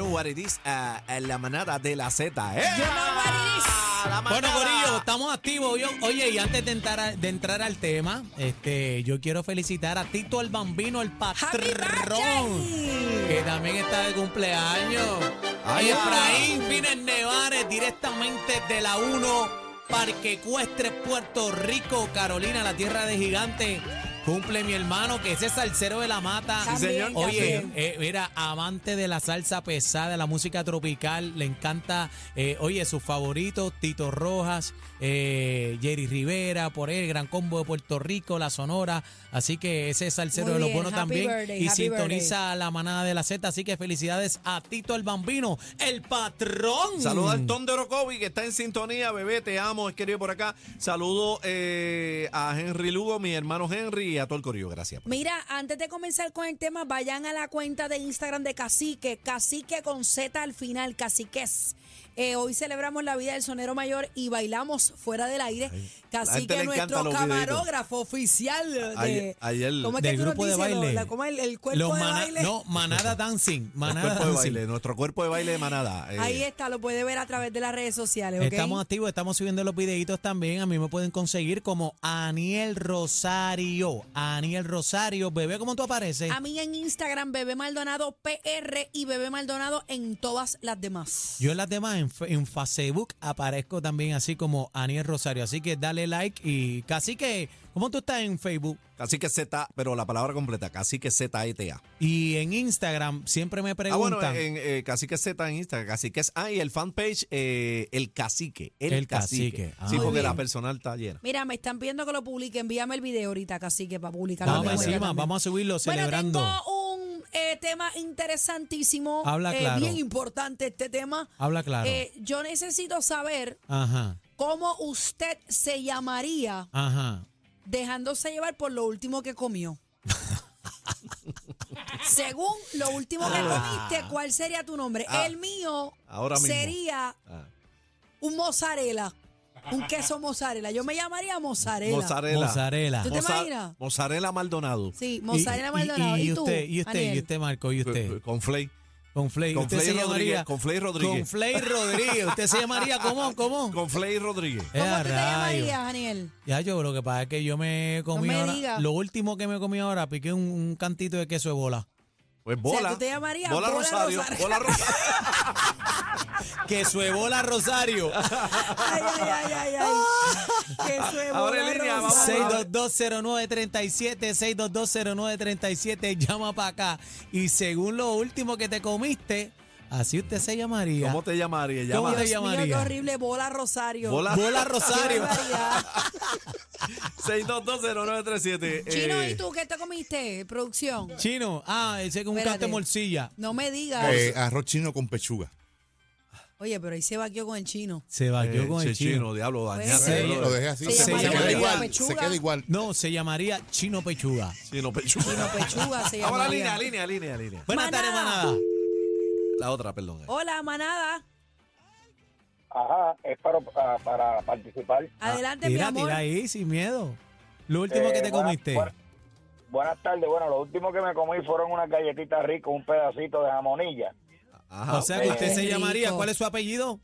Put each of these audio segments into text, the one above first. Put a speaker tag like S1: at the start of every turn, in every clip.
S1: what it is a, a eh, la manada de la Z. ¡Eh! Ah,
S2: You know what it is.
S1: La manada.
S3: Bueno, Corillo, estamos activos. Yo- oye, y antes de entrar, a- de entrar al tema, este, yo quiero felicitar a Tito el Bambino, el
S2: Happy
S3: patrón,
S2: birthday.
S3: que también está de cumpleaños.
S1: Ay, ay.
S3: Ay, Efraín Fines Nevares, directamente de la 1, Parque Ecuestre, Puerto Rico, Carolina, la tierra de gigantes. Cumple mi hermano, que ese salsero de la mata.
S2: También,
S1: señor.
S3: Oye,
S2: también.
S3: eh, mira, amante de la salsa pesada, la música tropical, le encanta, eh, oye, sus favoritos, Tito Rojas, eh, Jerry Rivera, por él, Gran Combo de Puerto Rico, La Sonora, así que ese es salsero
S2: Muy
S3: de los
S2: bien,
S3: buenos
S2: happy
S3: también,
S2: birthday,
S3: y
S2: happy
S3: sintoniza la manada de la Z, así que felicidades a Tito el Bambino, el patrón.
S1: Saludos al Ton de Orocovi que está en sintonía, bebé, te amo, es querido por acá. Saludo eh, a Henry Lugo, mi hermano Henry y a todo el Corillo, gracias.
S2: Mira, antes de comenzar con el tema, vayan a la cuenta de Instagram de Cacique, Cacique con Z al final, Caciques. Eh, hoy celebramos la vida del sonero mayor y bailamos fuera del aire.
S1: gente le
S2: Cacique,
S1: encanta
S2: nuestro
S1: los videitos.
S2: camarógrafo oficial de,
S1: Ayer- ayer-
S2: ¿cómo es que
S3: del
S2: tú nos
S3: grupo de
S2: dices? Lo-
S3: baile.
S2: la- ¿cómo es el, el cuerpo
S3: Los
S2: de
S3: mana-
S2: baile?
S3: No, manada dancing,
S1: Nuestro
S3: manada
S1: cuerpo de
S3: dancing.
S1: baile, nuestro cuerpo de baile de manada. eh.
S2: Ahí está, lo puede ver a través de las redes sociales. ¿ok?
S3: Estamos activos, estamos subiendo los videitos también. A mí me pueden conseguir como Aniel Rosario. Aniel Rosario, bebé, ¿cómo tú apareces?
S2: A mí en Instagram, Bebé Maldonado PR y Bebé Maldonado en todas las demás.
S3: Yo en las demás, en, fe- en Facebook, aparezco también así como Aniel Rosario. Así que dale like y casi que, ¿cómo tú estás en Facebook?
S1: Casi que Z, pero la palabra completa, casi que Z-E-T-A.
S3: Y en Instagram siempre me
S1: Ah,
S3: preguntan.
S1: bueno, en, eh, Cacique Z en Instagram, Cacique es. Ah, y el fanpage, eh, el Cacique. El,
S3: El
S1: Cacique.
S3: Cacique. Ah.
S1: sí,
S3: Muy
S1: porque
S2: bien.
S1: la personal está llena.
S2: Mira, me están pidiendo que lo publique. Envíame el video ahorita, cacique, para publicarlo.
S3: vamos
S1: dale, dale.
S3: encima,
S2: También.
S3: vamos a subirlo celebrando.
S2: Bueno, tengo un eh, tema interesantísimo.
S3: Habla
S2: eh,
S3: claro.
S2: bien importante este tema.
S3: Habla claro.
S2: Eh, yo necesito saber
S3: ajá,
S2: cómo usted se llamaría
S3: ajá.
S2: dejándose llevar por lo último que comió. Según lo último que
S3: Ah.
S2: comiste, ¿cuál sería tu nombre?
S1: Ah.
S2: El mío
S1: Ahora mismo.
S2: sería
S1: Ah.
S2: un mozzarella, un queso mozzarella. Yo me llamaría mozzarella.
S1: Mozzarella.
S3: Mozzarella.
S2: ¿Tú te
S1: Moza-
S2: imaginas?
S1: Mozzarella Maldonado.
S2: Sí, mozzarella Maldonado. ¿Y,
S3: y
S2: tú,
S3: usted, y usted,
S2: Aniel?
S3: y usted, Marco, y usted.
S1: este, Con Flay.
S3: Con Flay.
S1: Con
S3: usted
S1: Flay
S3: se
S1: Rodríguez,
S3: llamaría.
S1: con Flay Rodríguez.
S3: Con Flay Rodríguez. Usted se llamaría ¿cómo? ¿Cómo?
S1: Con Flay Rodríguez.
S3: Eh,
S2: ¿Cómo tú te
S3: rayo.
S2: llamarías, Daniel?
S3: Ya yo lo que pasa es que yo me comí
S2: me
S3: ahora.
S2: digas.
S3: Lo último que me comí ahora, piqué un, un cantito de queso de bola.
S1: Pues bola.
S2: tú te llamarías
S1: bola,
S2: Bola
S1: Rosario.
S2: Rosario.
S1: Bola Rosario.
S3: Queso de bola Rosario.
S2: Ay, ay, ay, ay, ay. Queso de
S1: Abre
S2: bola
S1: línea,
S2: rosa.
S1: vamos a
S3: 6220937, 6220937, llama para acá. Y según lo último que te comiste, así usted se llamaría.
S1: ¿Cómo te llamaría?
S3: ¿Cómo
S1: Llama
S3: te
S2: Dios mío, qué
S3: llamaría?
S2: horrible, bola Rosario.
S1: Bola-
S3: Bola
S2: Qué
S3: Rosario.
S2: barbaridad.
S1: 6220937.
S2: Chino,
S1: eh,
S2: ¿y tú qué te comiste, producción?
S3: Chino, ah, ese con un
S2: Espérate.
S3: canto de morcilla.
S2: No me digas.
S4: Eh, arroz chino con pechuga.
S2: Oye, pero ahí se vaqueó con el chino.
S3: Se
S1: eh,
S3: vaqueó Ah, con
S1: che,
S3: el chino.
S1: diablo,
S2: Pues Sí.
S4: Eh,
S1: dañaste.
S3: Sí.
S4: lo dejé así.
S2: Se
S4: Se,
S3: llamaría
S4: queda igual.
S2: pechuga.
S4: Se queda igual.
S3: No, se llamaría Chino Pechuga.
S1: Chino pechuga.
S2: Chino pechuga se
S1: Vamos a la línea,
S2: llamaría.
S1: línea, línea, línea.
S3: Buenas
S2: Manada.
S3: tardes, manada.
S1: La otra, perdón. eh.
S2: Hola, manada.
S5: Ajá, es para, ah, para participar.
S2: Adelante, mi
S3: Ah, Tira,
S2: amor.
S3: tira ahí, sin miedo. Lo último
S5: Eh,
S3: que te
S5: buenas-
S3: comiste.
S5: buenas- buenas tardes. Bueno, lo último que me comí fueron unas galletitas ricas, un pedacito de jamonilla.
S1: Ajá.
S3: O sea que
S5: Ah,
S3: usted
S5: qué
S3: se llamaría,
S2: rico.
S3: ¿cuál es su apellido?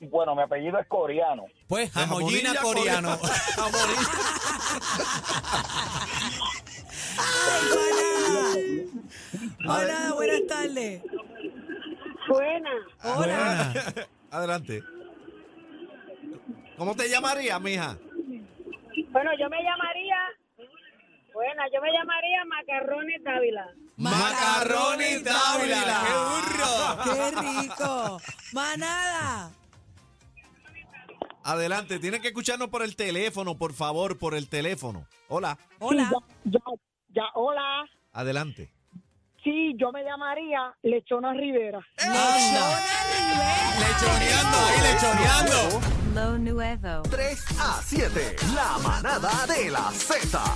S5: Bueno, mi apellido es coreano.
S3: Pues Jamollina Coreano.
S1: Jamonilla.
S2: Ay, manada. Hola, buenas tardes.
S6: Buena,
S2: Hola.
S1: Adelante. ¿Cómo te llamaría, mija?
S6: bueno, yo me llamaría, buena, yo me llamaría Macarrones Dávila.
S3: Macarrones Dávila. ¡Qué burro!
S2: ¡Qué rico! ¡Manada!
S1: Adelante, tienes que escucharnos por el teléfono, por favor, por el teléfono. Hola,
S2: Hola.
S6: Ya, ya, hola.
S1: adelante.
S6: Sí, yo me llamaría Lechona Rivera.
S3: Anda. Lechoneando ahí, lechoneando.
S7: Lo Nuevo.
S8: 3 a 7, la manada de la Z.